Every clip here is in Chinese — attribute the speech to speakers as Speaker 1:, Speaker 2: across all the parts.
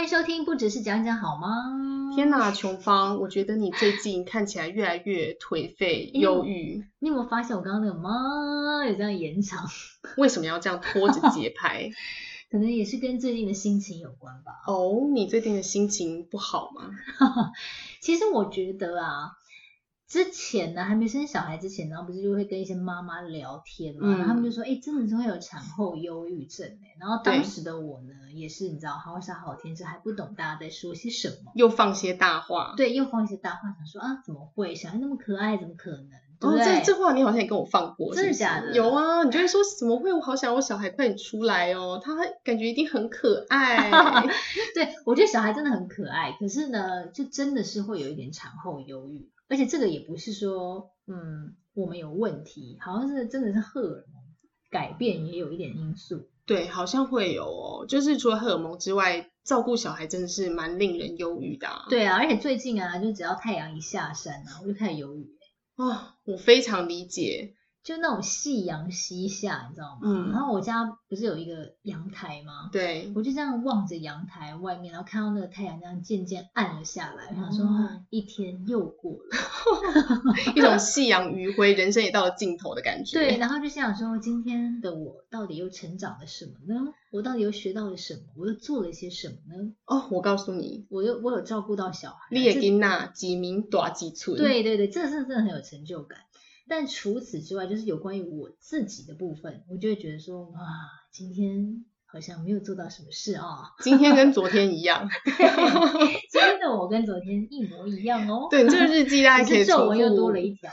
Speaker 1: 迎收听，不只是讲讲好吗？
Speaker 2: 天哪，琼芳，我觉得你最近看起来越来越颓废、
Speaker 1: 因为
Speaker 2: 忧郁，
Speaker 1: 你有没有发现我刚刚那个吗有这样延长？
Speaker 2: 为什么要这样拖着节拍？
Speaker 1: 可能也是跟最近的心情有关吧。
Speaker 2: 哦，你最近的心情不好吗？
Speaker 1: 其实我觉得啊，之前呢还没生小孩之前，然后不是就会跟一些妈妈聊天嘛，
Speaker 2: 嗯
Speaker 1: 然后他们就说，哎、真的是会有产后忧郁症哎、然后
Speaker 2: 对
Speaker 1: 当时的我呢，也是你知道，好傻好天真，还不懂大家在说些什么。
Speaker 2: 又放些大话。
Speaker 1: 对，又放一些大话，想说啊，怎么会？小孩那么可爱，怎么可能？对
Speaker 2: 哦
Speaker 1: 不，对？
Speaker 2: 这这话你好像也跟我放过，
Speaker 1: 真的
Speaker 2: 是不是
Speaker 1: 假的
Speaker 2: 有啊，你就会说怎么会？我好想我小孩快点出来哦，他感觉一定很 可爱。
Speaker 1: 对，我觉得小孩真的很可爱，可是呢，就真的是会有一点产后忧郁，而且这个也不是说，嗯，我们有问题，好像是真的是荷尔蒙改变也有一点因素。
Speaker 2: 对，好像会有哦，就是除了荷尔蒙之外，照顾小孩真的是蛮令人忧郁的、啊。
Speaker 1: 对啊，而且最近啊，就只要太阳一下山啊，我就开始忧郁，
Speaker 2: 哦，我非常理解。
Speaker 1: 就那种夕阳西下，你知道吗？然
Speaker 2: 嗯，
Speaker 1: 后我家不是有一个阳台吗？
Speaker 2: 对，
Speaker 1: 我就这样望着阳台外面，然后看到那个太阳这样渐渐暗了下来，我想说、
Speaker 2: 哦
Speaker 1: 一天又过了。
Speaker 2: 一种夕阳余晖，人生也到了尽头的感觉。
Speaker 1: 对，，然后就想说，今天的我到底又成长了什么呢？我到底又学到了什么？我又做了些什么呢？
Speaker 2: 哦，我告诉你，
Speaker 1: 我又我有照顾到小孩啊，
Speaker 2: 你也
Speaker 1: 这
Speaker 2: 给那几名大几寸。，
Speaker 1: 对对对，这是真的很有成就感。但除此之外，就是有关于我自己的部分，我就会觉得说，哇，今天好像没有做到什么事啊。
Speaker 2: 今天跟昨天一样。
Speaker 1: 今天的我跟昨天一模一样哦。
Speaker 2: 对，你这个日记大
Speaker 1: 只
Speaker 2: 概可以
Speaker 1: 是皱
Speaker 2: 重
Speaker 1: 纹
Speaker 2: 复，
Speaker 1: 又多了一条。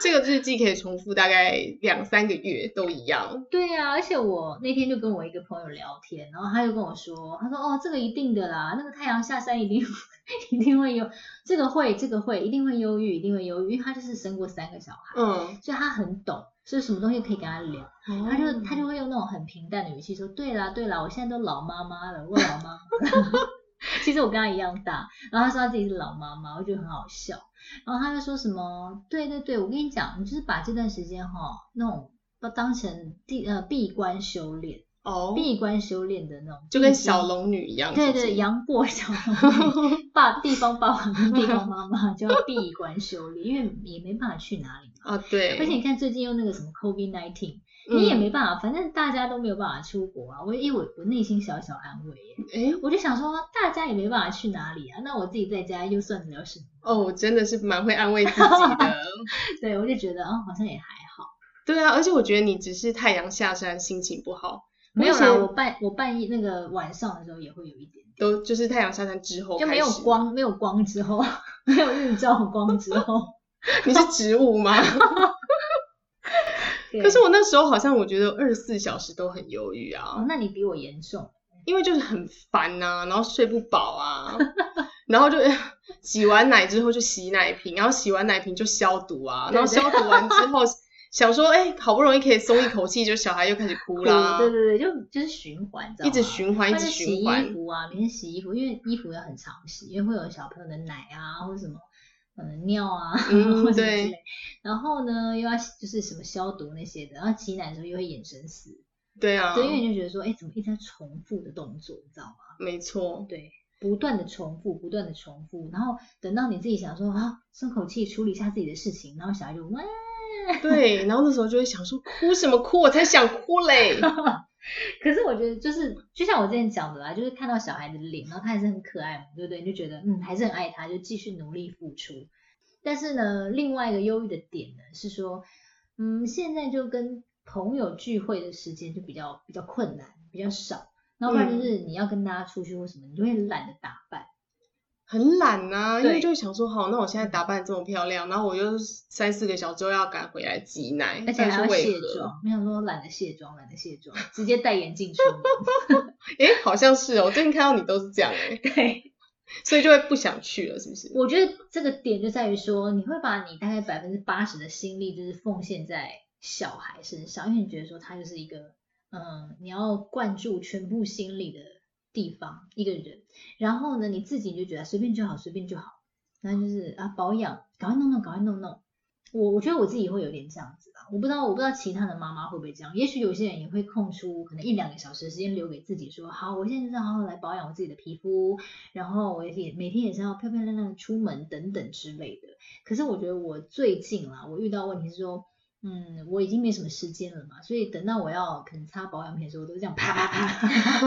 Speaker 2: 这个日记可以重复大概两三个月都一样。
Speaker 1: 对呀、而且我那天就跟我一个朋友聊天，然后他就跟我说，他说哦，这个一定的啦，那个太阳下山一定 一定会忧，这个会这个会一定会忧郁，一定会忧郁，因为他就是生过三个小孩，
Speaker 2: 嗯，
Speaker 1: 所以他很懂，所以什么东西可以跟他聊，哦他
Speaker 2: 他
Speaker 1: 就他就会用那种很平淡的语气说，对啦对啦，我现在都老妈妈了，我老妈妈了。 其实我跟他一样大，然后他说他自己是老妈妈，我觉得很好笑。然后他就说什么，对对对，我跟你讲，你就是把这段时间哈、那种把当成闭呃闭关修炼，
Speaker 2: 哦，
Speaker 1: 闭关修炼的那种，
Speaker 2: 就跟
Speaker 1: 闭关
Speaker 2: 小龙女一样。
Speaker 1: 对
Speaker 2: 是不
Speaker 1: 对
Speaker 2: 是，
Speaker 1: 杨过小龙女 爸地方爸爸跟地方妈妈就要闭关修炼，因为也没办法去哪里嘛。
Speaker 2: 啊， 对，
Speaker 1: 而且你看最近又那个什么 COVID nineteen，
Speaker 2: 嗯
Speaker 1: 你也没办法，反正大家都没有办法出国啊。我因为我我内心小小安慰耶，
Speaker 2: 哎，
Speaker 1: 我就想说大家也没办法去哪里啊，那我自己在家又算得了什么？
Speaker 2: 哦，我真的是蛮会安慰自己的。
Speaker 1: 对，我就觉得哦，好像也还好。
Speaker 2: 对啊，而且我觉得你只是太阳下山，心情不好，
Speaker 1: 没有
Speaker 2: 以
Speaker 1: 啦，
Speaker 2: 前
Speaker 1: 我半我半夜那个晚上的时候也会有一点。
Speaker 2: 都就是太阳下山之后
Speaker 1: 就没有
Speaker 2: 开始。
Speaker 1: 光，没有光之后， 没有日照光之后，
Speaker 2: 你是植物吗？
Speaker 1: 对
Speaker 2: 可是我那时候好像我觉得二十四小时都很忧郁
Speaker 1: 哦
Speaker 2: 啊，，
Speaker 1: 那你比我严重。
Speaker 2: 因为就是很烦呐、然后睡不饱啊，然后就 洗完奶之后就洗奶瓶，然后洗完奶瓶就消毒啊，
Speaker 1: 对
Speaker 2: 然后消毒完之后 想说，哎、好不容易可以松一口气，就小孩又开始哭啦，
Speaker 1: 对对对，就就是循环，知道
Speaker 2: 一直
Speaker 1: 吗
Speaker 2: 循环，一
Speaker 1: 或
Speaker 2: 直
Speaker 1: 者洗
Speaker 2: 循
Speaker 1: 衣
Speaker 2: 环。
Speaker 1: 服啊，每天洗衣服，因为衣服要很常洗，因为会有小朋友的奶啊，或者什么，嗯，尿啊，
Speaker 2: 嗯
Speaker 1: 或者什么之
Speaker 2: 对
Speaker 1: 类。然后呢，又要就是什么消毒那些的，然后挤奶的时候又会眼神死，
Speaker 2: 对啊，
Speaker 1: 对，因为你就觉得说，哎，怎么一直在重复的动作，你知道吗？
Speaker 2: 没错，
Speaker 1: 对，不断的重复，不断的重复，然后等到你自己想说啊，松口气，处理一下自己的事情，然后小孩就哇，
Speaker 2: 对。然后那时候就会想说，哭什么哭？我才想哭嘞。
Speaker 1: 可是我觉得就是，就像我之前讲的啦，就是看到小孩的脸，然后他还是很可爱嘛，对不对？你就觉得嗯，还是很爱他，就继续努力付出。但是呢，另外一个忧郁的点呢是说，嗯，现在就跟朋友聚会的时间就比较比较困难，比较少。然后不然就是你要跟大家出去或什么，你就会懒得打扮。
Speaker 2: 很懒呐、因
Speaker 1: 对嗯
Speaker 2: 为就会想说，好，那我现在打扮这么漂亮，然后我又三四个小时之后要赶回来挤奶，
Speaker 1: 而且还
Speaker 2: 到
Speaker 1: 要
Speaker 2: 底嗯是
Speaker 1: 卸
Speaker 2: 为何？
Speaker 1: 妆，没想说懒得卸妆，懒得卸妆，直接戴眼镜出 门。
Speaker 2: 哎、好像是哦，我最近看到你都是这样哎、
Speaker 1: 对，
Speaker 2: 所以就会不想去了，是不是？
Speaker 1: 我觉得这个点就在于说，你会把你大概百分之八十的心力就是奉献在小孩身上，因为你觉得说他就是一个，嗯，你要灌注全部心力的地方，一个人。然后呢，你自己就觉得随便就好，随便就好，然后就是啊保养，赶快弄弄，赶快弄弄。我我觉得我自己会有点这样子啦，我不知道我不知道其他的妈妈会不会这样，也许有些人也会空出可能一两个小时的时间留给自己说，好，我现在要好好来保养我自己的皮肤，然后我也每天也是要漂漂亮亮的出门等等之类的。可是我觉得我最近啦，我遇到问题是说，嗯，我已经没什么时间了嘛，所以等到我要可能擦保养品的时候，我都这样啪啪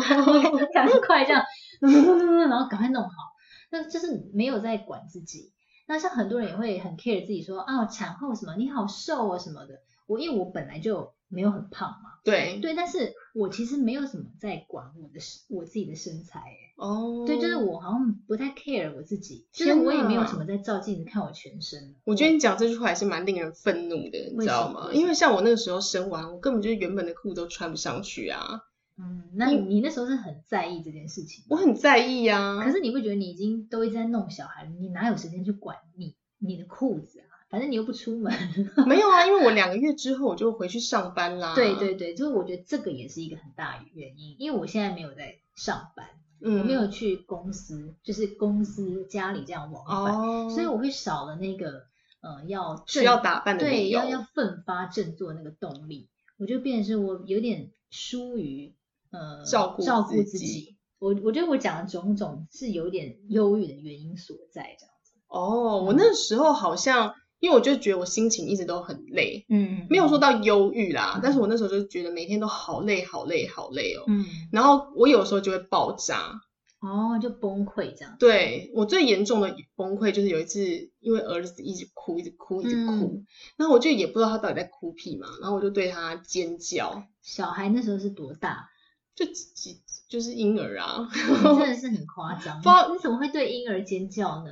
Speaker 1: 啪，赶快这样，然后赶快弄好，那就是没有在管自己。那像很多人也会很 care 自己说啊，产后什么你好瘦哦什么的。我因为我本来就没有很胖嘛，
Speaker 2: 对，
Speaker 1: 对，但是我其实没有什么在管我的我自己的身材，哎，
Speaker 2: 哦，
Speaker 1: 对，就是我好像不太 care 我自己，就是
Speaker 2: 天
Speaker 1: 我也没有
Speaker 2: 哪
Speaker 1: 什么在照镜子看我全身了。
Speaker 2: 我觉得你讲这句话也是蛮令人愤怒的，你
Speaker 1: 为
Speaker 2: 知
Speaker 1: 什
Speaker 2: 道
Speaker 1: 么
Speaker 2: 吗？因为像我那个时候生完，我根本就是原本的裤都穿不上去啊，
Speaker 1: 嗯，那你你那时候是很在意这件事情，
Speaker 2: 我很在意啊。
Speaker 1: 可是你不觉得你已经都一直在弄小孩了，你哪有时间去管你你的裤子啊？反正你又不出门。
Speaker 2: 没有啊，因为我两个月之后我就回去上班啦。
Speaker 1: 对，对对，就是我觉得这个也是一个很大的原因，因为我现在没有在上班。我
Speaker 2: 嗯，
Speaker 1: 没有去公司，就是公司家里这样往返，
Speaker 2: 哦，
Speaker 1: 所以我会少了那个呃要
Speaker 2: 需
Speaker 1: 振
Speaker 2: 要打扮的
Speaker 1: 对
Speaker 2: 理由
Speaker 1: 要要奋发振作那个动力，我就变成是我有点疏于呃
Speaker 2: 照顾
Speaker 1: 照顾
Speaker 2: 自
Speaker 1: 自
Speaker 2: 己
Speaker 1: 己。我我觉得我讲的种种是有点忧郁的原因所在，这样子。
Speaker 2: 哦，我
Speaker 1: 嗯
Speaker 2: 那时候好像，因为我就觉得我心情一直都很累，
Speaker 1: 嗯
Speaker 2: 没有说到忧郁啦
Speaker 1: 嗯，
Speaker 2: 但是我那时候就觉得每天都好累，好累，好累哦。
Speaker 1: 嗯
Speaker 2: 然后我有时候就会爆炸，
Speaker 1: 哦就崩溃这样。
Speaker 2: 对我最严重的崩溃就是有一次，因为儿子一直哭，一直哭，一直哭，
Speaker 1: 嗯
Speaker 2: 然后我就也不知道他到底在哭屁嘛，然后我就对他尖叫，
Speaker 1: 小孩那时候是多 大？
Speaker 2: 就几就是婴儿啊，
Speaker 1: 你真的是很夸张，
Speaker 2: 不知道
Speaker 1: 你怎么会对婴儿尖叫呢？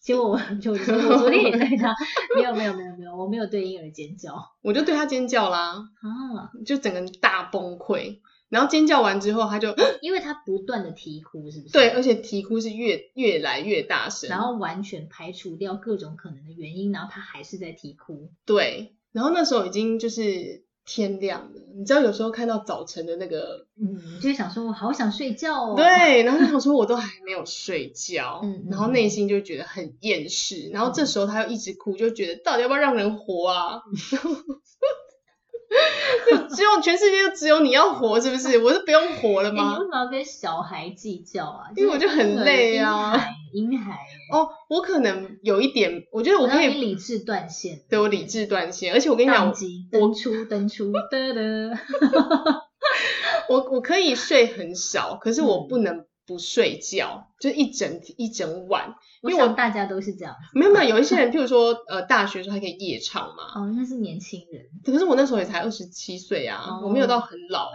Speaker 1: 结果 我就我就说我昨天也对他，没有没有没有没有，我没有对婴儿尖叫
Speaker 2: 我就对他尖叫啦，
Speaker 1: 啊，
Speaker 2: 就整个人大崩溃。然后尖叫完之后，他就
Speaker 1: 因为他不断的啼哭，是不是？
Speaker 2: 对，而且啼哭是越越来越大声，
Speaker 1: 然后完全排除掉各种可能的原因，然后他还是在啼哭，
Speaker 2: 对，然后那时候已经就是天亮了，你知道有时候看到早晨的那个，
Speaker 1: 嗯，就想说我好想睡觉哦，，
Speaker 2: 对，然后就想说我都还没有睡觉，
Speaker 1: 嗯
Speaker 2: 然后
Speaker 1: 嗯
Speaker 2: 内
Speaker 1: 嗯
Speaker 2: 心就觉得很厌世，然后这
Speaker 1: 嗯
Speaker 2: 时候他又一直哭，就觉得到底要不要让人活啊？ 就只有全世界就只有你要活，是不是？我是不用活了
Speaker 1: 哎，你
Speaker 2: 吗
Speaker 1: 为？什么要跟小孩计较啊？
Speaker 2: 因为我就很累啊
Speaker 1: 婴孩，婴孩，
Speaker 2: 哦，我可能有一点，我觉得我
Speaker 1: 啊然后
Speaker 2: 可
Speaker 1: 你
Speaker 2: 以
Speaker 1: 理智断线，
Speaker 2: 对我理智断线，而且我跟你讲
Speaker 1: 宕，机，登 出登出，得得，
Speaker 2: 我我可以睡很少，可是我
Speaker 1: 嗯
Speaker 2: 不能不睡觉，就一整一整晚。
Speaker 1: 我
Speaker 2: 因为我
Speaker 1: 想大家都是这样子，
Speaker 2: 没有没有，有一些人，譬如说呃，大学的时候还可以夜唱嘛，
Speaker 1: 哦，那是年轻人。
Speaker 2: 可是我那时候也才二十七岁啊，
Speaker 1: 哦
Speaker 2: 我没有到很老、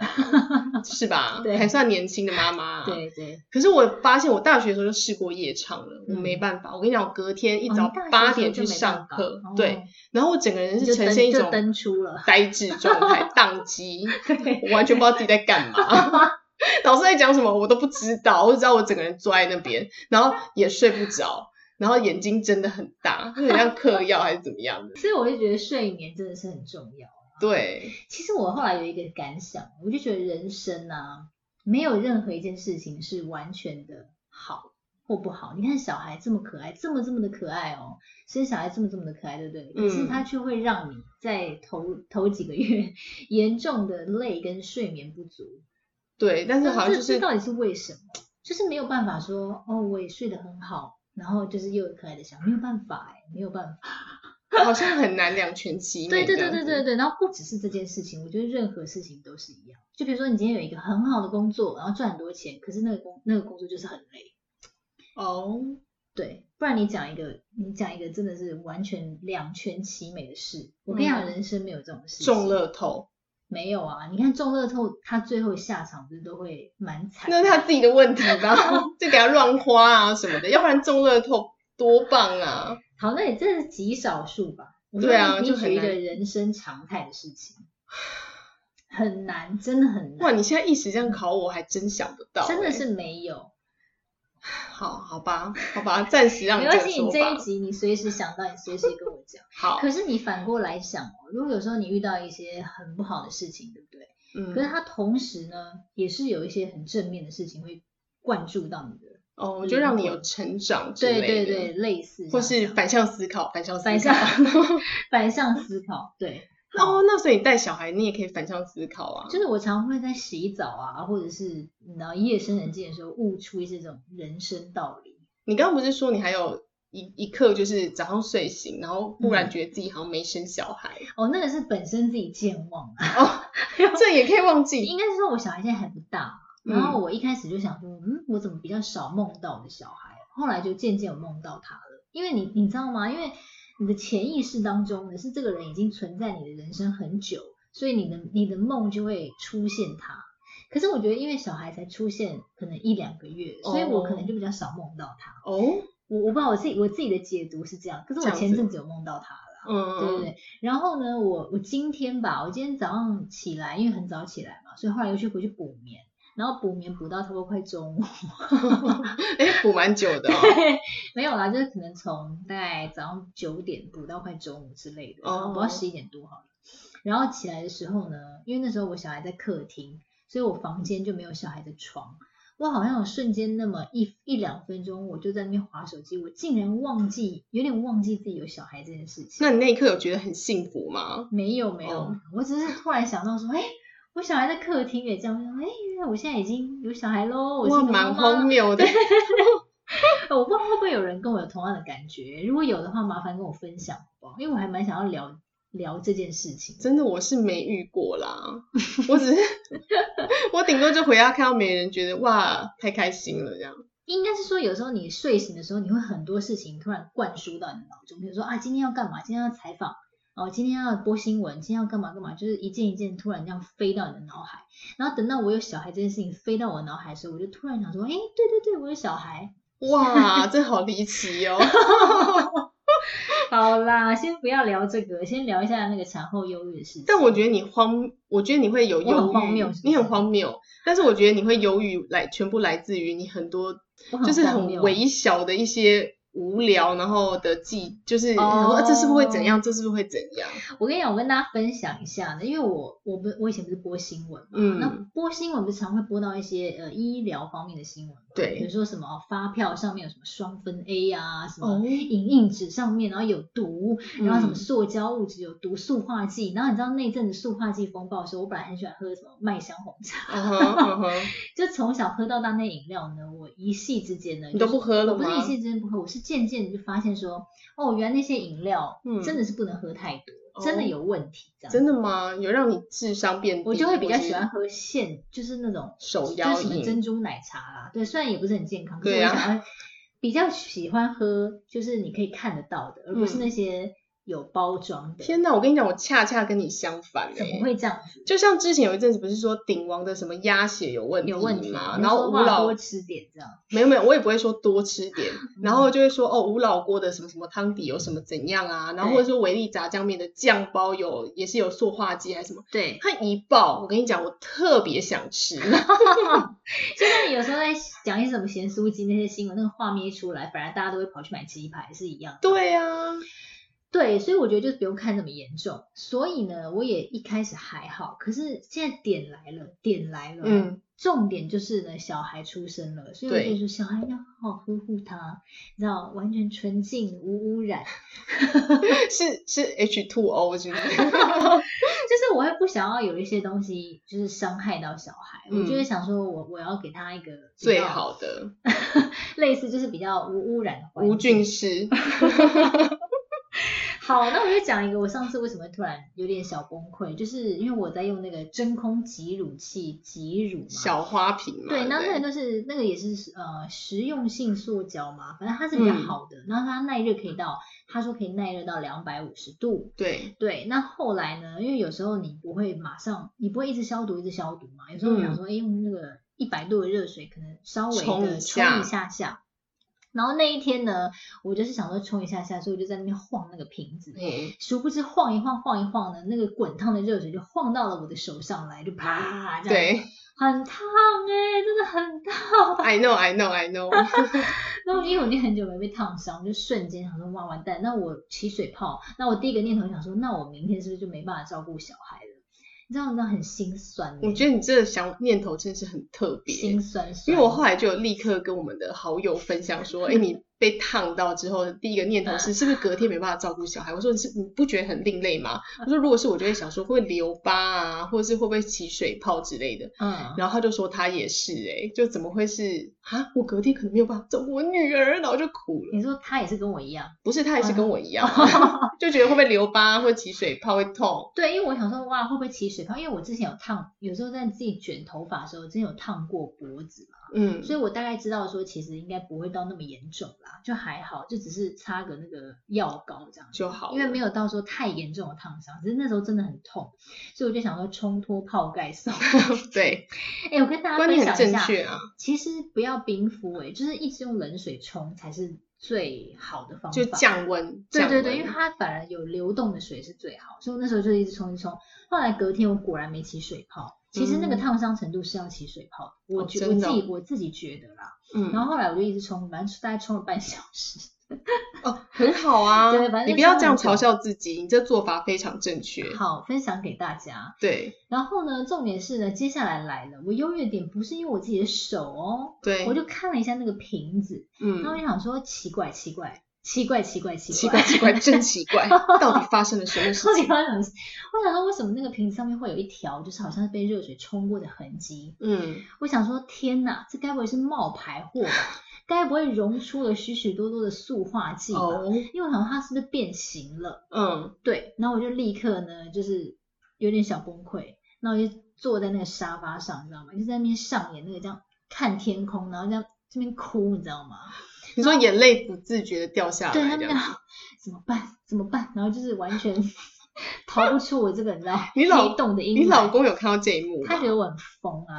Speaker 2: 啊，是吧？
Speaker 1: 对
Speaker 2: 还算年轻的妈妈、。啊
Speaker 1: 对对，
Speaker 2: 可是我发现我大学的时候就试过夜唱了，我
Speaker 1: 嗯哦
Speaker 2: 没办法。我跟你讲，我隔天一
Speaker 1: 一
Speaker 2: 早八点去上课，对，，然后我整个人
Speaker 1: 哦你
Speaker 2: 是
Speaker 1: 就
Speaker 2: 呈
Speaker 1: 登
Speaker 2: 现一
Speaker 1: 就
Speaker 2: 种
Speaker 1: 登出了
Speaker 2: 呆滞状态，宕机。
Speaker 1: 对，
Speaker 2: 我完全不知道自己在干嘛，老师在讲什么我都不知道，我只知道我整个人坐在那边，然后也睡不着，然后眼睛睁得很大，就很像嗑药还是怎么样的。
Speaker 1: 所以我就觉得睡眠真的是很重要。
Speaker 2: 对，
Speaker 1: 其实我后来有一个感想，我就觉得人生啊，没有任何一件事情是完全的好或不好。你看小孩这么可爱，这么这么的可爱哦，生小孩这么这么的可爱，对不对？可是
Speaker 2: 嗯
Speaker 1: 他却会让你在头头几个月严重的累跟睡眠不足，
Speaker 2: 对，但是
Speaker 1: 那
Speaker 2: 好像
Speaker 1: 这
Speaker 2: 就
Speaker 1: 这
Speaker 2: 是
Speaker 1: 到底是为什么？就是没有办法说哦，我也睡得很好，然后就是又有可爱的小孩，没有办法哎，没有办法。
Speaker 2: 好像很难两全其
Speaker 1: 对
Speaker 2: 美。
Speaker 1: 对对对对，对，然后不只是这件事情，我觉得任何事情都是一样。就比如说你今天有一个很好的工作，然后赚很多钱，可是那个工那个工作就是很累。
Speaker 2: 哦，
Speaker 1: 对，不然你讲一个，你讲一个真的是完全两全其美的事。我跟你讲，
Speaker 2: 嗯
Speaker 1: 人生没有这种事情。
Speaker 2: 中乐透，
Speaker 1: 没有啊？你看中乐透，他最后下场不是都会蛮惨的？
Speaker 2: 那是他自己的问题吧， 就给他乱花啊什么的，要不然中乐透多棒啊！
Speaker 1: 好，那也真的是极少数吧。我觉
Speaker 2: 对
Speaker 1: 得
Speaker 2: 啊
Speaker 1: 你
Speaker 2: 就
Speaker 1: 举
Speaker 2: 很
Speaker 1: 一个
Speaker 2: 难
Speaker 1: 人生常态的事情，很难，真的很
Speaker 2: 哇，
Speaker 1: 难，
Speaker 2: 你现在一时这样考我，还真想不到、
Speaker 1: 真的
Speaker 2: 欸
Speaker 1: 是没有。
Speaker 2: 好好吧，好吧，暂时让
Speaker 1: 没
Speaker 2: 你这
Speaker 1: 关
Speaker 2: 样
Speaker 1: 系，你
Speaker 2: 说
Speaker 1: 这一
Speaker 2: 吧。
Speaker 1: 集你随时想到，你随时跟我讲。
Speaker 2: 好，
Speaker 1: 可是你反过来想哦，如果有时候你遇到一些很不好的事情，对不对？
Speaker 2: 嗯
Speaker 1: 可是它同时呢，也是有一些很正面的事情会灌注到你的
Speaker 2: 哦，就让你有成长之类
Speaker 1: 嗯对
Speaker 2: 的，
Speaker 1: 对对，类似
Speaker 2: 或
Speaker 1: 像这
Speaker 2: 是
Speaker 1: 样
Speaker 2: 反向思考，反向思考。
Speaker 1: 反向反向思考，对。
Speaker 2: 哦，那所以你带小孩，你也可以反向思考啊。
Speaker 1: 就是我常会在洗澡啊，或者是你知道夜深人静的时候，悟出一些这种人生道理。
Speaker 2: 你刚刚不是说你还有一一刻，就是早上睡醒，然后忽然
Speaker 1: 嗯
Speaker 2: 觉得自己好像没生小 孩，
Speaker 1: 哦，那个是本身自己健忘啊，
Speaker 2: 这也可以忘记。
Speaker 1: 应该是说我小孩现在还不大嘛，
Speaker 2: 嗯
Speaker 1: 然后我一开始就想说，嗯，我怎么比较少梦到我的小孩？后来就渐渐有梦到他了，因为你你知道吗？因为你的潜意识当中呢，是这个人已经存在你的人生很久，所以你的你的梦就会出现他。可是我觉得，因为小孩才出现可能一两个月，所以我可能就比较少梦到他。
Speaker 2: 哦，
Speaker 1: 我我不知道我自己我自己的解读是这样，可是我
Speaker 2: 这样子
Speaker 1: 前阵子有梦到他了，
Speaker 2: 嗯，
Speaker 1: 对对对。然后呢，我我今天吧，我今天早上起来，因为很早起来嘛，所以后来又去回去补眠，然后补眠补到差不多快中午，
Speaker 2: 对，哎，补蛮久的哦。
Speaker 1: 没有啦，就是可能从大概早上九点补到快中午之类的，
Speaker 2: 哦
Speaker 1: 然后补到十一点多好了。然后起来的时候呢，因为那时候我小孩在客厅，所以我房间就没有小孩的床。我好像有瞬间那么一一两分钟，我就在那边划手机，我竟然忘记，有点忘记自己有小孩这件事情。
Speaker 2: 那你那一刻有觉得很幸福吗？
Speaker 1: 没有没有，
Speaker 2: 哦
Speaker 1: 我只是突然想到说，哎、我小孩在客厅也这样，我想哎，原来我现在已经有小孩喽，我
Speaker 2: 哇，
Speaker 1: 是个妈
Speaker 2: 蛮
Speaker 1: 妈
Speaker 2: 荒 谬的。
Speaker 1: 呃我不知道会不会有人跟我有同样的感觉，如果有的话，麻烦跟我分享好不好？因为我还蛮想要聊聊这件事情。
Speaker 2: 真的我是没遇过啦，我只是 我顶多就回家看到没人，觉得哇太开心了这样。
Speaker 1: 应该是说，有时候你睡醒的时候，你会很多事情突然灌输到你的脑中，比如说啊，今天要干嘛？今天要采访。哦，今天要播新闻，今天要干嘛干嘛，就是一件一件突然这样飞到你的脑海，然后等到我有小孩这件事情飞到我脑海的时候，我就突然想说，哎，对对对，我有小孩，
Speaker 2: 哇，这好离 奇哦！
Speaker 1: 好啦，先不要聊这个，先聊一下那个产后忧郁的事情。
Speaker 2: 但我觉得你荒，我觉得你会有
Speaker 1: 我很
Speaker 2: 忧
Speaker 1: 荒
Speaker 2: 郁
Speaker 1: 谬是，不
Speaker 2: 你很
Speaker 1: 是
Speaker 2: 荒谬。但是我觉得你会忧郁来，全部来自于你很多
Speaker 1: 我
Speaker 2: 就是
Speaker 1: 荒
Speaker 2: 很
Speaker 1: 谬
Speaker 2: 微小的一些无聊，然后的记，就是、
Speaker 1: 哦
Speaker 2: 啊这是不是会怎样，这是不是会怎 样？
Speaker 1: 我跟你讲，我跟大家分享一下呢，因为我我不我以前不是播新闻嘛，
Speaker 2: 嗯
Speaker 1: 那播新闻不是常会播到一些呃医疗方面的新闻嘛，
Speaker 2: 对
Speaker 1: 比如说什么、哦、发票上面有什么双酚 A 啊，什
Speaker 2: 哦
Speaker 1: 么影印纸上面然后有毒，然后什么
Speaker 2: 嗯
Speaker 1: 塑胶物质有毒塑化剂，然后你知道那阵子塑化剂风暴的时候，我本来很喜欢喝什么麦香红茶，
Speaker 2: 嗯哼嗯哼，
Speaker 1: 就从小喝到大那饮料呢，我一夕之间呢，
Speaker 2: 你都
Speaker 1: 就是
Speaker 2: 不喝了
Speaker 1: 我不
Speaker 2: 吗？
Speaker 1: 是一夕之间不喝，我是渐渐地就发现说，哦，原来那些饮料
Speaker 2: 嗯
Speaker 1: 真的是不能喝太多，真的
Speaker 2: 哦
Speaker 1: 有问题，这样
Speaker 2: 真的吗？有让你智商变低？
Speaker 1: 我就会比较
Speaker 2: 或是
Speaker 1: 喜欢喝现，就是那种
Speaker 2: 手
Speaker 1: 就是
Speaker 2: 摇
Speaker 1: 什么
Speaker 2: 饮
Speaker 1: 珍珠奶茶啦，对，虽然也不是很健康，可是
Speaker 2: 对
Speaker 1: 我
Speaker 2: 啊
Speaker 1: 想要比较喜欢喝，就是你可以看得到的，而不是那些有包装的。
Speaker 2: 嗯天哪！我跟你讲，我恰恰跟你相反、欸，
Speaker 1: 怎么会这样子？
Speaker 2: 就像之前有一阵子不是说鼎王的什么鸭血有问题
Speaker 1: 有问题
Speaker 2: 嘛，
Speaker 1: 你
Speaker 2: 然后
Speaker 1: 说
Speaker 2: 吴
Speaker 1: 哇
Speaker 2: 老
Speaker 1: 多吃点这样，
Speaker 2: 没有没有，我也不会说多吃点， 然后就会说哦吴老锅的什么什么汤底有什么怎样啊，然后
Speaker 1: 对
Speaker 2: 或者说维力炸酱面的酱包有也是有塑化剂还是什么，
Speaker 1: 对。
Speaker 2: 它一爆，我跟你讲，我特别想吃，
Speaker 1: 就像你有时候在讲一些什么咸酥鸡那些新闻，那个画面一出来，反而大家都会跑去买鸡排，是一样的。
Speaker 2: 对啊，
Speaker 1: 对，所以我觉得就是不用看那么严重。所以呢，我也一开始还好，可是现在点来了，点来了。
Speaker 2: 嗯，
Speaker 1: 重点就是呢，小孩出生了，所以我
Speaker 2: 对
Speaker 1: 就说小孩要好好呵护他，你知道，完全纯净无污染。
Speaker 2: 是是 H two O 是不是？
Speaker 1: 就是我会不想要有一些东西就是伤害到小孩，我就
Speaker 2: 嗯
Speaker 1: 会想说我我要给他一个比
Speaker 2: 最
Speaker 1: 较
Speaker 2: 好的
Speaker 1: 类似就是比较无污染的环
Speaker 2: 无
Speaker 1: 境。
Speaker 2: 菌师，
Speaker 1: 好，那我就讲一个，我上次为什么突然有点小崩溃，就是因为我在用那个真空挤乳器挤乳嘛，
Speaker 2: 小花瓶嘛，
Speaker 1: 对，那
Speaker 2: 不
Speaker 1: 那个就是那个也是呃实用性塑胶嘛，反正它是比较
Speaker 2: 嗯
Speaker 1: 好的，然后它耐热可以到，他说可以耐热到两百五十度。
Speaker 2: 对，
Speaker 1: 对，那后来呢？因为有时候你不会马上，你不会一直消毒一直消毒嘛，有时候
Speaker 2: 嗯
Speaker 1: 你想说，哎、用那个一百度的热水可能稍微的
Speaker 2: 冲一
Speaker 1: 冲一
Speaker 2: 下
Speaker 1: 下下。然后那一天呢，我就是想说冲一下下，所以我就在那边晃那个瓶子，
Speaker 2: 嗯，
Speaker 1: 殊不知晃一晃晃一晃呢，那个滚烫的热水就晃到了我的手上来，就啪这样
Speaker 2: 对
Speaker 1: 很烫哎、真的很烫。
Speaker 2: ，I know I know I know，
Speaker 1: 然后因为我已经很久没被烫伤，我就瞬间想说哇完蛋，那我起水泡。那我第一个念头想说，那我明天是不是就没办法照顾小孩了？你知道，你知道很心酸欸，
Speaker 2: 我觉得你这个想念头真的是很特别，
Speaker 1: 心酸酸。
Speaker 2: 因为我后来就有立刻跟我们的好友分享说，哎、你被烫到之后，第一个念头是是不是隔天没办法照顾小孩？我说你是你不觉得很另类吗？我说如果是我就会想说会不会留疤啊，或者是会不会起水泡之类的。
Speaker 1: 嗯，
Speaker 2: 然后他就说他也是、哎，就怎么会是啊？我隔天可能没有办法照顾我女儿，然后就哭了。
Speaker 1: 你说他也是跟我一样，
Speaker 2: 不是，他也是跟我一样啊，
Speaker 1: 嗯
Speaker 2: 就觉得会不会留疤，会起水泡，会痛。
Speaker 1: 对，因为我想说，哇，会不会起水泡？因为我之前有烫，有时候在自己卷头发的时候，之前有烫过脖子嘛，
Speaker 2: 嗯，
Speaker 1: 所以我大概知道说，其实应该不会到那么严重啦，就还好，就只是擦个那个药膏这样子
Speaker 2: 就好了
Speaker 1: 因为没有到说太严重的烫伤，只是那时候真的很痛，所以我就想说冲脱泡盖送。
Speaker 2: 对，
Speaker 1: 哎、我跟大家
Speaker 2: 观
Speaker 1: 分
Speaker 2: 念很
Speaker 1: 享一
Speaker 2: 正
Speaker 1: 下，
Speaker 2: 确啊，
Speaker 1: 其实不要冰敷、欸，哎，就是一直用冷水冲才是最好的方法，
Speaker 2: 就降温，
Speaker 1: 对对
Speaker 2: 降温
Speaker 1: 对，因为它反而有流动的水是最好，所以我那时候就一直冲一冲。后来隔天我果然没起水泡，其实那个
Speaker 2: 嗯
Speaker 1: 烫伤程度是要起水泡的，我
Speaker 2: 哦
Speaker 1: 觉、我
Speaker 2: 真
Speaker 1: 自
Speaker 2: 的
Speaker 1: 己我自己觉得啦。
Speaker 2: 嗯，
Speaker 1: 然后后来我就一直冲，反正大概冲了半小时。
Speaker 2: 哦，很好啊，
Speaker 1: 对反正
Speaker 2: 你不要
Speaker 1: 就
Speaker 2: 这样
Speaker 1: 是很
Speaker 2: 嘲笑自己，你这做法非常正确。
Speaker 1: 好，分享给大家。
Speaker 2: 对
Speaker 1: 然后呢，重点是呢，接下来来了，我优越点不是因为我自己的手哦，
Speaker 2: 对，
Speaker 1: 我就看了一下那个瓶子，然后我
Speaker 2: 嗯，
Speaker 1: 就想说奇怪奇怪奇怪奇怪奇怪
Speaker 2: 奇怪奇怪，真奇怪，到底发生了什么事
Speaker 1: 到 底
Speaker 2: 情？
Speaker 1: 发生什么事？我想说，为什么那个瓶子上面会有一条，就是好像是被热水冲过的痕迹？
Speaker 2: 嗯，
Speaker 1: 我想说，天哪，这该不会是冒牌货吧？ 该不会溶出了许许多多的塑化剂吧？
Speaker 2: 哦，
Speaker 1: 因为我想说它是不是变形了？
Speaker 2: 嗯，
Speaker 1: 对，然后我就立刻呢，就是有点小崩溃，那我就坐在那个沙发上，你知道吗？就在那边上演那个这样看天空，然后这样这边哭，你知道吗？
Speaker 2: 你说眼泪不自觉的掉下
Speaker 1: 对
Speaker 2: 来
Speaker 1: 他
Speaker 2: 这
Speaker 1: 们
Speaker 2: 样子，
Speaker 1: 俩怎么办？怎么办？然后就是完全 逃不出我这个你知道
Speaker 2: 你老
Speaker 1: 黑洞的阴霾。
Speaker 2: 你老公有看到这一幕
Speaker 1: 他
Speaker 2: 吗
Speaker 1: 觉？得我很疯啊，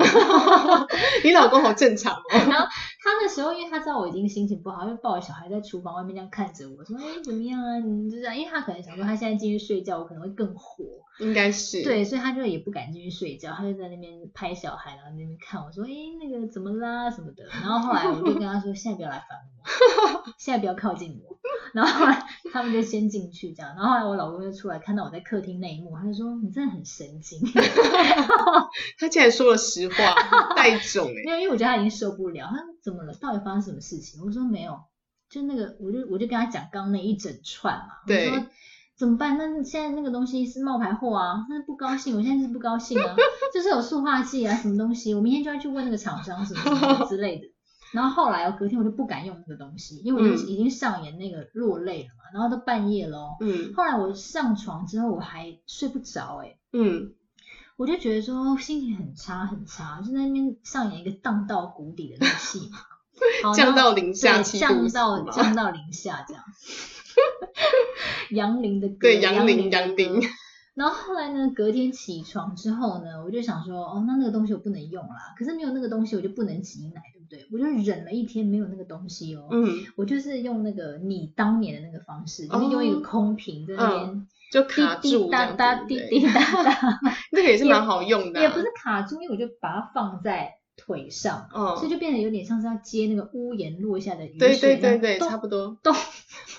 Speaker 2: 你老公好正常哦，
Speaker 1: 然后他那时候因为他知道我已经心情不好，就抱着小孩在厨房外面这样看着我说：“哎，怎么样啊？你就这样。”因为他可能想说他现在进去睡觉，我可能会更火，
Speaker 2: 应该是，
Speaker 1: 对，所以他就也不敢进去睡觉，他就在那边拍小孩，然后在那边看我说：“哎，那个怎么啦？什么的。”然后后来我就跟他说：“现在不要来烦我，现在不要靠近我。”然后后来他们就先进去这样，然后后来我老公就出来看到我在客厅那一幕，他就说：“你真的很神经。”
Speaker 2: 他竟然说了实 话，带种
Speaker 1: 没
Speaker 2: 哎，
Speaker 1: 有，因为我觉得他已经受不了，他说怎么了？到底发生什么事情？我说没有，就那个，我就我就跟他讲刚刚那一整串嘛，我
Speaker 2: 对
Speaker 1: 说怎么办？那现在那个东西是冒牌货啊，那不高兴，我现在是不高兴啊， 就是有塑化剂啊，什么东西，我明天就要去问那个厂商什么什么之类的。然后后来我哦隔天我就不敢用那个东西，因为我就
Speaker 2: 嗯
Speaker 1: 已经上演那个落泪了嘛，然后都半夜喽。
Speaker 2: 嗯
Speaker 1: 后来我上床之后我还睡不着哎、
Speaker 2: 嗯，
Speaker 1: 我就觉得说心情很差很差，就在那边上演一个荡到谷底的那个戏 嘛，好
Speaker 2: 降
Speaker 1: 然后
Speaker 2: 到零下
Speaker 1: 哦对
Speaker 2: 七
Speaker 1: 降
Speaker 2: 度死
Speaker 1: 到
Speaker 2: 嘛，
Speaker 1: 降到零下这样。杨林的歌，
Speaker 2: 对，杨
Speaker 1: 林
Speaker 2: 林杨
Speaker 1: 的歌
Speaker 2: 林，
Speaker 1: 然后后来呢，隔天起床之后呢，我就想说，哦，那那个东西我不能用啦，可是没有那个东西我就不能挤奶，对不对？我就忍了一天没有那个东西哦，
Speaker 2: 嗯，
Speaker 1: 我就是用那个你当年的那个方式，就是用一个
Speaker 2: 哦
Speaker 1: 空瓶在那边
Speaker 2: 就
Speaker 1: 滴
Speaker 2: 卡
Speaker 1: 滴
Speaker 2: 住这
Speaker 1: 答
Speaker 2: 样
Speaker 1: 答
Speaker 2: 子，
Speaker 1: 滴
Speaker 2: 对
Speaker 1: 滴答答。
Speaker 2: 那个也是
Speaker 1: 也
Speaker 2: 蛮好用的啊，
Speaker 1: 也不是卡住，因为我就把它放在腿上，
Speaker 2: 嗯，
Speaker 1: 所以就变得有点像是要接那个屋檐落下的雨
Speaker 2: 对
Speaker 1: 水
Speaker 2: 对
Speaker 1: 那
Speaker 2: 对
Speaker 1: 样，
Speaker 2: 对，
Speaker 1: 咚
Speaker 2: 差不多。
Speaker 1: 咚，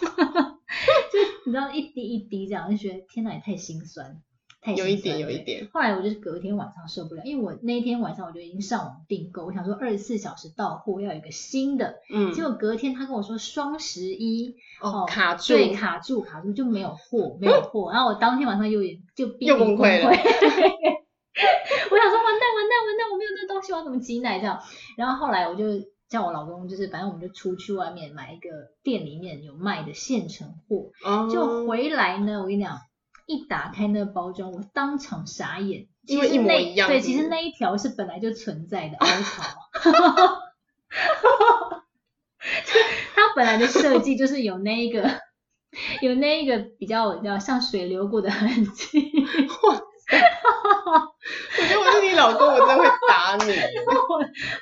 Speaker 1: 就你知道一滴一滴这样，就觉得天哪，也太心酸，太
Speaker 2: 有
Speaker 1: 心
Speaker 2: 一点
Speaker 1: 酸
Speaker 2: 有
Speaker 1: 了
Speaker 2: 一
Speaker 1: 欸。
Speaker 2: 点
Speaker 1: 后来我就是隔天晚上受不了，因为我那一天晚上我就已经上网订购，我想说二十四小时到货要有一个新的，
Speaker 2: 嗯，
Speaker 1: 结果隔天他跟我说双十一
Speaker 2: 哦卡住，
Speaker 1: 对，卡住卡住就没有 货没有货，然后我当天晚上又有点就濒
Speaker 2: 又
Speaker 1: 临
Speaker 2: 崩溃了
Speaker 1: 我 想说完蛋完蛋完蛋，我没有那东西，我要怎么挤奶这样？然后后来我就叫我老公，就是反正我们就出去外面买一个店里面有卖的现成货，
Speaker 2: 哦
Speaker 1: 就回来呢，我跟你讲。一打开那个包装，我当场傻眼，
Speaker 2: 因为
Speaker 1: 其实
Speaker 2: 一模
Speaker 1: 那
Speaker 2: 一样
Speaker 1: 对，
Speaker 2: 是
Speaker 1: 其
Speaker 2: 不
Speaker 1: 实
Speaker 2: 是
Speaker 1: 那一条是本来就存在的凹槽，啊 它本来的设计就是有那一个 有那一个比较比较像水流过的痕迹，
Speaker 2: 我 觉得我是你老公，我真的会打你。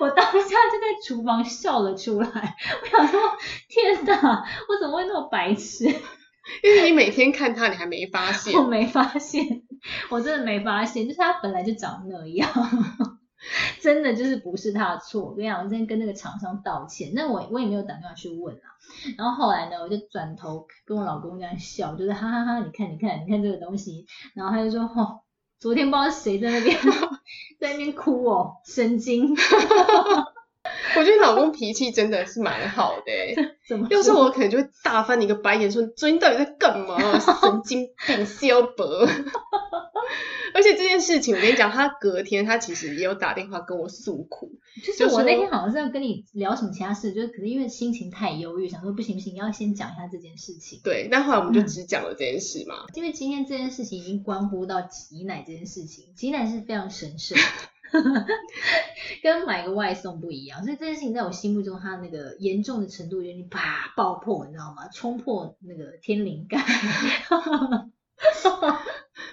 Speaker 1: 我当下就在厨房笑了出来，我想说天哪，我怎么会那么白痴？
Speaker 2: 因为你每天看他，你还没发现
Speaker 1: 我，没发现，我真的没发现，就是它本来就长那样。 真的就是不是他的错，我跟你讲，我真的跟那个厂商道歉。那我我也没有打电话去问啊。然后后来呢，我就转头跟我老公这样笑，就是哈哈哈，你看你看你看这个东西。然后他就说，哦，昨天不知道谁在那边 在那边哭哦，神经，
Speaker 2: 我觉得老公脾气真的是蛮好 的、欸，
Speaker 1: 怎么
Speaker 2: 要是
Speaker 1: 说
Speaker 2: 我可能就会大翻你一个白眼，说你最近到底在干嘛？神经病，肖伯。 而且这件事情，我跟你讲，他隔天他其实也有打电话跟我诉苦，
Speaker 1: 就是
Speaker 2: 就
Speaker 1: 我
Speaker 2: 是
Speaker 1: 那天好像是要跟你聊什么其他事，就是可是因为心情太忧郁，想说不行不行，要先讲一下这件事情，
Speaker 2: 对，但后来我们
Speaker 1: 嗯
Speaker 2: 就只讲了这件事嘛。
Speaker 1: 因为今天这件事情已经关乎到挤奶这件事情，挤奶是非常神圣的，跟买个外送不一样，所以这件事情在我心目中它那个严重的程度已经啪爆破，你知道吗？冲破那个天灵盖，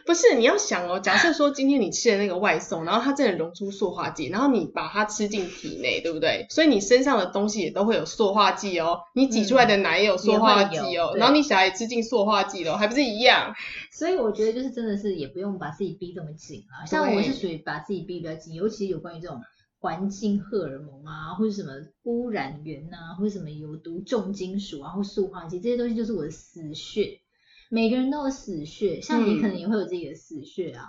Speaker 2: 不是，你要想哦，假设说今天你吃的那个外送，然后它真的溶出塑化剂，然后你把它吃进体内，对不对？所以你身上的东西也都会有塑化剂哦，你挤出来的奶也有塑化
Speaker 1: 嗯
Speaker 2: 剂
Speaker 1: 也会
Speaker 2: 哦
Speaker 1: 有，对
Speaker 2: 然后你小孩吃进塑化剂哦了，还不是一样？
Speaker 1: 所以我觉得就是真的是也不用把自己逼这么紧啊，像
Speaker 2: 对
Speaker 1: 我是属于把自己逼比较紧，尤其有关于这种环境荷尔蒙啊，或者什么污染源啊，或者什么有毒重金属啊，或塑化剂这些东西，就是我的死穴。每个人都有死穴，像你可能也会有自己的死穴啊，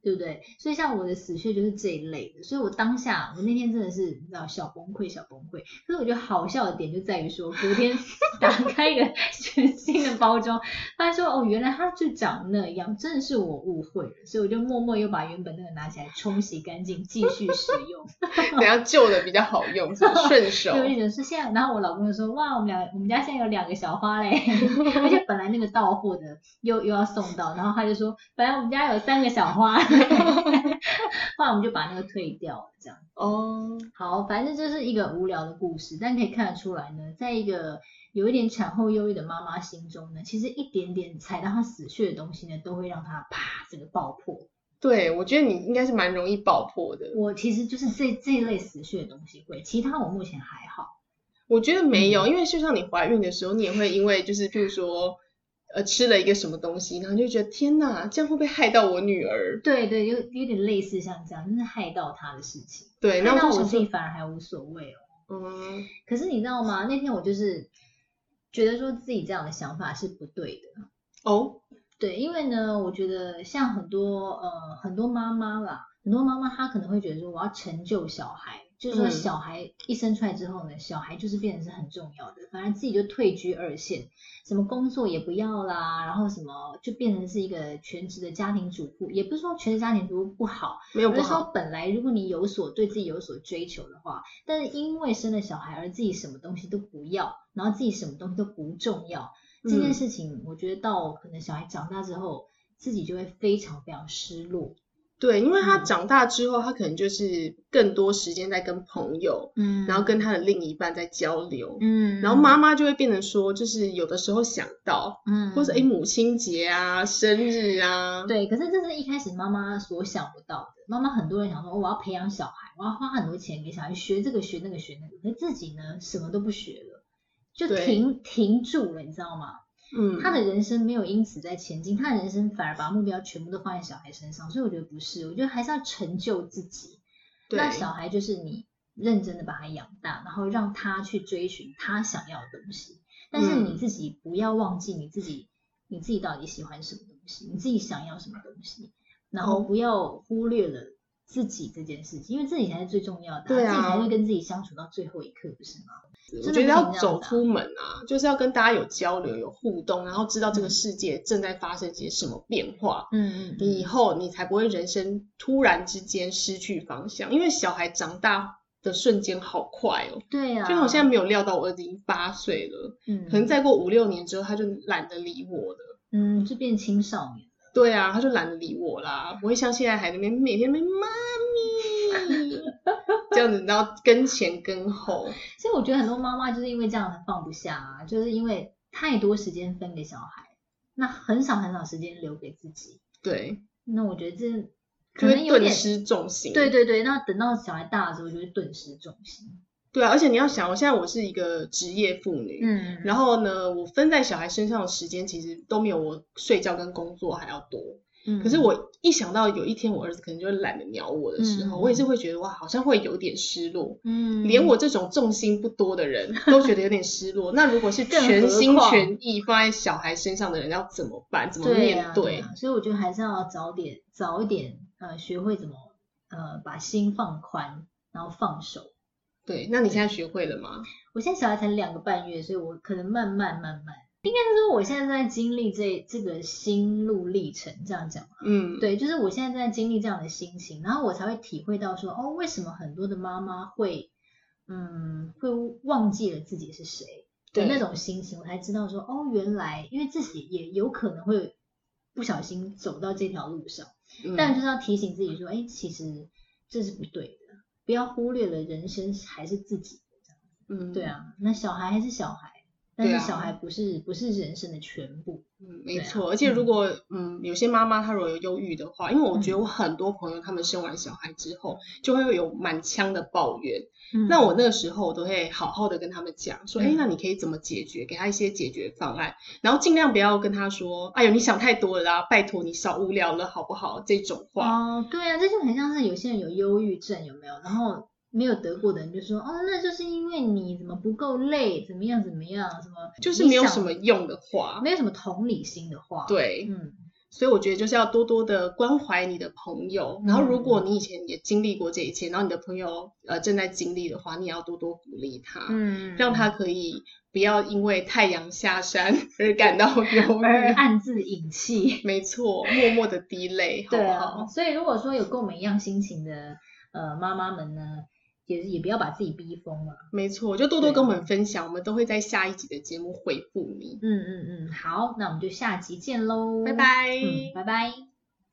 Speaker 1: 对不对？所以像我的死穴就是这一类的，所以我当下我那天真的是你知道小崩溃小崩溃。可是我觉得好笑的点就在于说，昨天打开一个全新的包装，发现说哦，原来它就长那样，真的是我误会了，所以我就默默又把原本那个拿起来冲洗干净，继续使用。
Speaker 2: 等下旧的比较好用，是不是顺手
Speaker 1: 所以。我就觉得是现在，然后我老公就说哇，我们俩我们家现在有两个小花嘞， 而且本来那个到货的又又要送到，然后他就说本来我们家有三个小花， 后来我们就把那个退掉了，这样。
Speaker 2: 哦，
Speaker 1: 好，反正就是一个无聊的故事，但可以看得出来呢，在一个有一点产后忧郁的妈妈心中呢，其实一点点踩到她死穴的东西呢，都会让她啪这个爆破。
Speaker 2: 对，我觉得你应该是蛮容易爆破的。
Speaker 1: 我其实就是这这一类死穴的东西会，其他我目前还好。
Speaker 2: 我觉得没
Speaker 1: 嗯
Speaker 2: 有，因为就像你怀孕的时候，你也会因为就是譬如说，呃，吃了一个什么东西，然后就觉得天哪，这样会不会害到我女儿？
Speaker 1: 对对，有有点类似像这样，就是害到她的事情。
Speaker 2: 对，那
Speaker 1: 害到
Speaker 2: 我
Speaker 1: 我
Speaker 2: 就
Speaker 1: 自
Speaker 2: 想
Speaker 1: 己
Speaker 2: 说，
Speaker 1: 反而还无所谓哦。
Speaker 2: 嗯，
Speaker 1: 可是你知道吗？那天我就是觉得说自己这样的想法是不对的。
Speaker 2: 哦，
Speaker 1: 对，因为呢，我觉得像很多呃很多妈妈啦，很多妈妈她可能会觉得说，我要成就小孩，就是说
Speaker 2: 嗯
Speaker 1: 小孩一生出来之后呢，小孩就是变成是很重要的，反而自己就退居二线，什么工作也不要啦，然后什么就变成是一个全职的家庭主妇，也不是说全职家庭主妇不好，
Speaker 2: 没有
Speaker 1: 我
Speaker 2: 不
Speaker 1: 是说
Speaker 2: 好，，
Speaker 1: 本来如果你有所对自己有所追求的话，但是因为生了小孩而自己什么东西都不要，然后自己什么东西都不重要，这件
Speaker 2: 嗯
Speaker 1: 事情，我觉得到可能小孩长大之后，自己就会非常非常失落。
Speaker 2: 对，因为他
Speaker 1: 嗯
Speaker 2: 长大之后，他可能就是更多时间在跟朋友，
Speaker 1: 嗯
Speaker 2: 然后跟他的另一半在交流，
Speaker 1: 嗯，
Speaker 2: 然后妈妈就会变成说，就是有的时候想到，
Speaker 1: 嗯，
Speaker 2: 或者哎母亲节啊、生日啊，
Speaker 1: 对，可是这是一开始妈妈所想不到的。妈妈很多人想说，哦我要培养小孩，我要花很多钱给小孩学这个学那个学那个，可是自己呢什么都不学了，就
Speaker 2: 对
Speaker 1: 停停住了，你知道吗？
Speaker 2: 嗯，
Speaker 1: 他的人生没有因此在前进，他的人生反而把目标全部都放在小孩身上，所以我觉得不是，我觉得还是要成就自己。
Speaker 2: 对
Speaker 1: 那小孩就是你认真的把他养大，然后让他去追寻他想要的东西，但是
Speaker 2: 嗯
Speaker 1: 你自己不要忘记你自己，你自己到底喜欢什么东西，你自己想要什么东西，然后
Speaker 2: 哦
Speaker 1: 不要忽略了。自己这件事情，因为自己才是最重要的、
Speaker 2: 对啊
Speaker 1: 自己才会跟自己相处到最后一刻，不是吗？
Speaker 2: 我
Speaker 1: 真的不
Speaker 2: 觉得
Speaker 1: 行
Speaker 2: 要
Speaker 1: 这样
Speaker 2: 走
Speaker 1: 子啊
Speaker 2: 出门啊，就是要跟大家有交流、有互动，然后知道这个世界正在发生些什么变化。
Speaker 1: 嗯
Speaker 2: 你以后你才不会人生突然之间失去方向，因为小孩长大的瞬间好快哦，
Speaker 1: 对啊，
Speaker 2: 就像我现在没有料到我儿子已经八岁了，
Speaker 1: 嗯，
Speaker 2: 可能再过五六年之后他就懒得理我了。
Speaker 1: 嗯，就变青少年。
Speaker 2: 对啊，他就懒得理我啦，不会像现在还在那边每天没妈咪 这样子，然后跟前跟后。
Speaker 1: 所以我觉得很多妈妈就是因为这样很放不下啊，就是因为太多时间分给小孩，那很少很少时间留给自己。
Speaker 2: 对，
Speaker 1: 那我觉得这可
Speaker 2: 就
Speaker 1: 能
Speaker 2: 会
Speaker 1: 有
Speaker 2: 顿
Speaker 1: 点
Speaker 2: 失重心。
Speaker 1: 对对对，那等到小孩大的时候就会顿时重心。
Speaker 2: 对啊，而且你要想，我现在我是一个职业妇女，
Speaker 1: 嗯
Speaker 2: 然后呢，我分在小孩身上的时间其实都没有我睡觉跟工作还要多，
Speaker 1: 嗯
Speaker 2: 可是我一想到有一天我儿子可能就懒得鸟我的时候，
Speaker 1: 嗯
Speaker 2: 我也是会觉得哇，好像会有点失落。
Speaker 1: 嗯，
Speaker 2: 连我这种重心不多的人都觉得有点失落。那如果是
Speaker 1: 更
Speaker 2: 全
Speaker 1: 何
Speaker 2: 心
Speaker 1: 况
Speaker 2: 全意放在小孩身上的人，要怎么办？怎么
Speaker 1: 对
Speaker 2: 面
Speaker 1: 啊
Speaker 2: 对？
Speaker 1: 啊所以我觉得还是要早点早一点呃学会怎么呃把心放宽，然后放手。
Speaker 2: 对那你现在学会了吗？
Speaker 1: 我现在小孩才两个半月，所以我可能慢慢慢慢，应该是说我现在正在经历这这个心路历程，这样讲吗。
Speaker 2: 嗯，
Speaker 1: 对，就是我现在正在经历这样的心情，然后我才会体会到说，哦，为什么很多的妈妈会，嗯，会忘记了自己是谁的
Speaker 2: 对
Speaker 1: 那种心情，我才知道说，哦，原来因为自己也有可能会不小心走到这条路上，
Speaker 2: 嗯
Speaker 1: 但就是要提醒自己说，哎，其实这是不对的，不要忽略了人生还是自己的。
Speaker 2: 嗯，
Speaker 1: 对，啊，那小孩还是小孩，但
Speaker 2: 对
Speaker 1: 是
Speaker 2: 啊
Speaker 1: 小孩不是不是人生的全部。
Speaker 2: 嗯，没
Speaker 1: 对啊
Speaker 2: 错。而且如果嗯有些妈妈她如果有忧郁的话，因为我觉得
Speaker 1: 嗯
Speaker 2: 我很多朋友他们生完小孩之后就会有满腔的抱怨。嗯那我那个时候我都会好好的跟他们讲说，哎、
Speaker 1: 嗯
Speaker 2: 那你可以怎么解决？给他一些解决方案，然后尽量不要跟他说，哎呦你想太多了啦，拜托你少无聊了好不好？这种话。
Speaker 1: 哦，对啊，这就很像是有些人有忧郁症，有没有？然后没有得过的人就说，哦，那就是因为你怎么不够累，怎么样怎么样，什么
Speaker 2: 就是
Speaker 1: 你
Speaker 2: 没有
Speaker 1: 想
Speaker 2: 什么用的话，
Speaker 1: 没有什么同理心的话。，
Speaker 2: 对，
Speaker 1: 嗯，
Speaker 2: 所以我觉得就是要多多的关怀你的朋友，然后如
Speaker 1: 嗯
Speaker 2: 果你以前也经历过这一切，然后你的朋友呃正在经历的话，你也要多多鼓励他，
Speaker 1: 嗯
Speaker 2: 让他可以不要因为太阳下山 而感到忧
Speaker 1: 而
Speaker 2: 郁。
Speaker 1: 暗自引气。
Speaker 2: 没错，默默的滴泪， 好
Speaker 1: 对
Speaker 2: 不
Speaker 1: 啊，
Speaker 2: 好？
Speaker 1: 所以如果说有跟我们一样心情的呃妈妈们呢，也也不要把自己逼疯了。
Speaker 2: 没错，就多多跟我
Speaker 1: 对
Speaker 2: 们分享，我们都会在下一集的节目回复你。
Speaker 1: 嗯嗯嗯，好，那我们就下集见喽，
Speaker 2: 拜拜。
Speaker 1: 嗯，拜拜。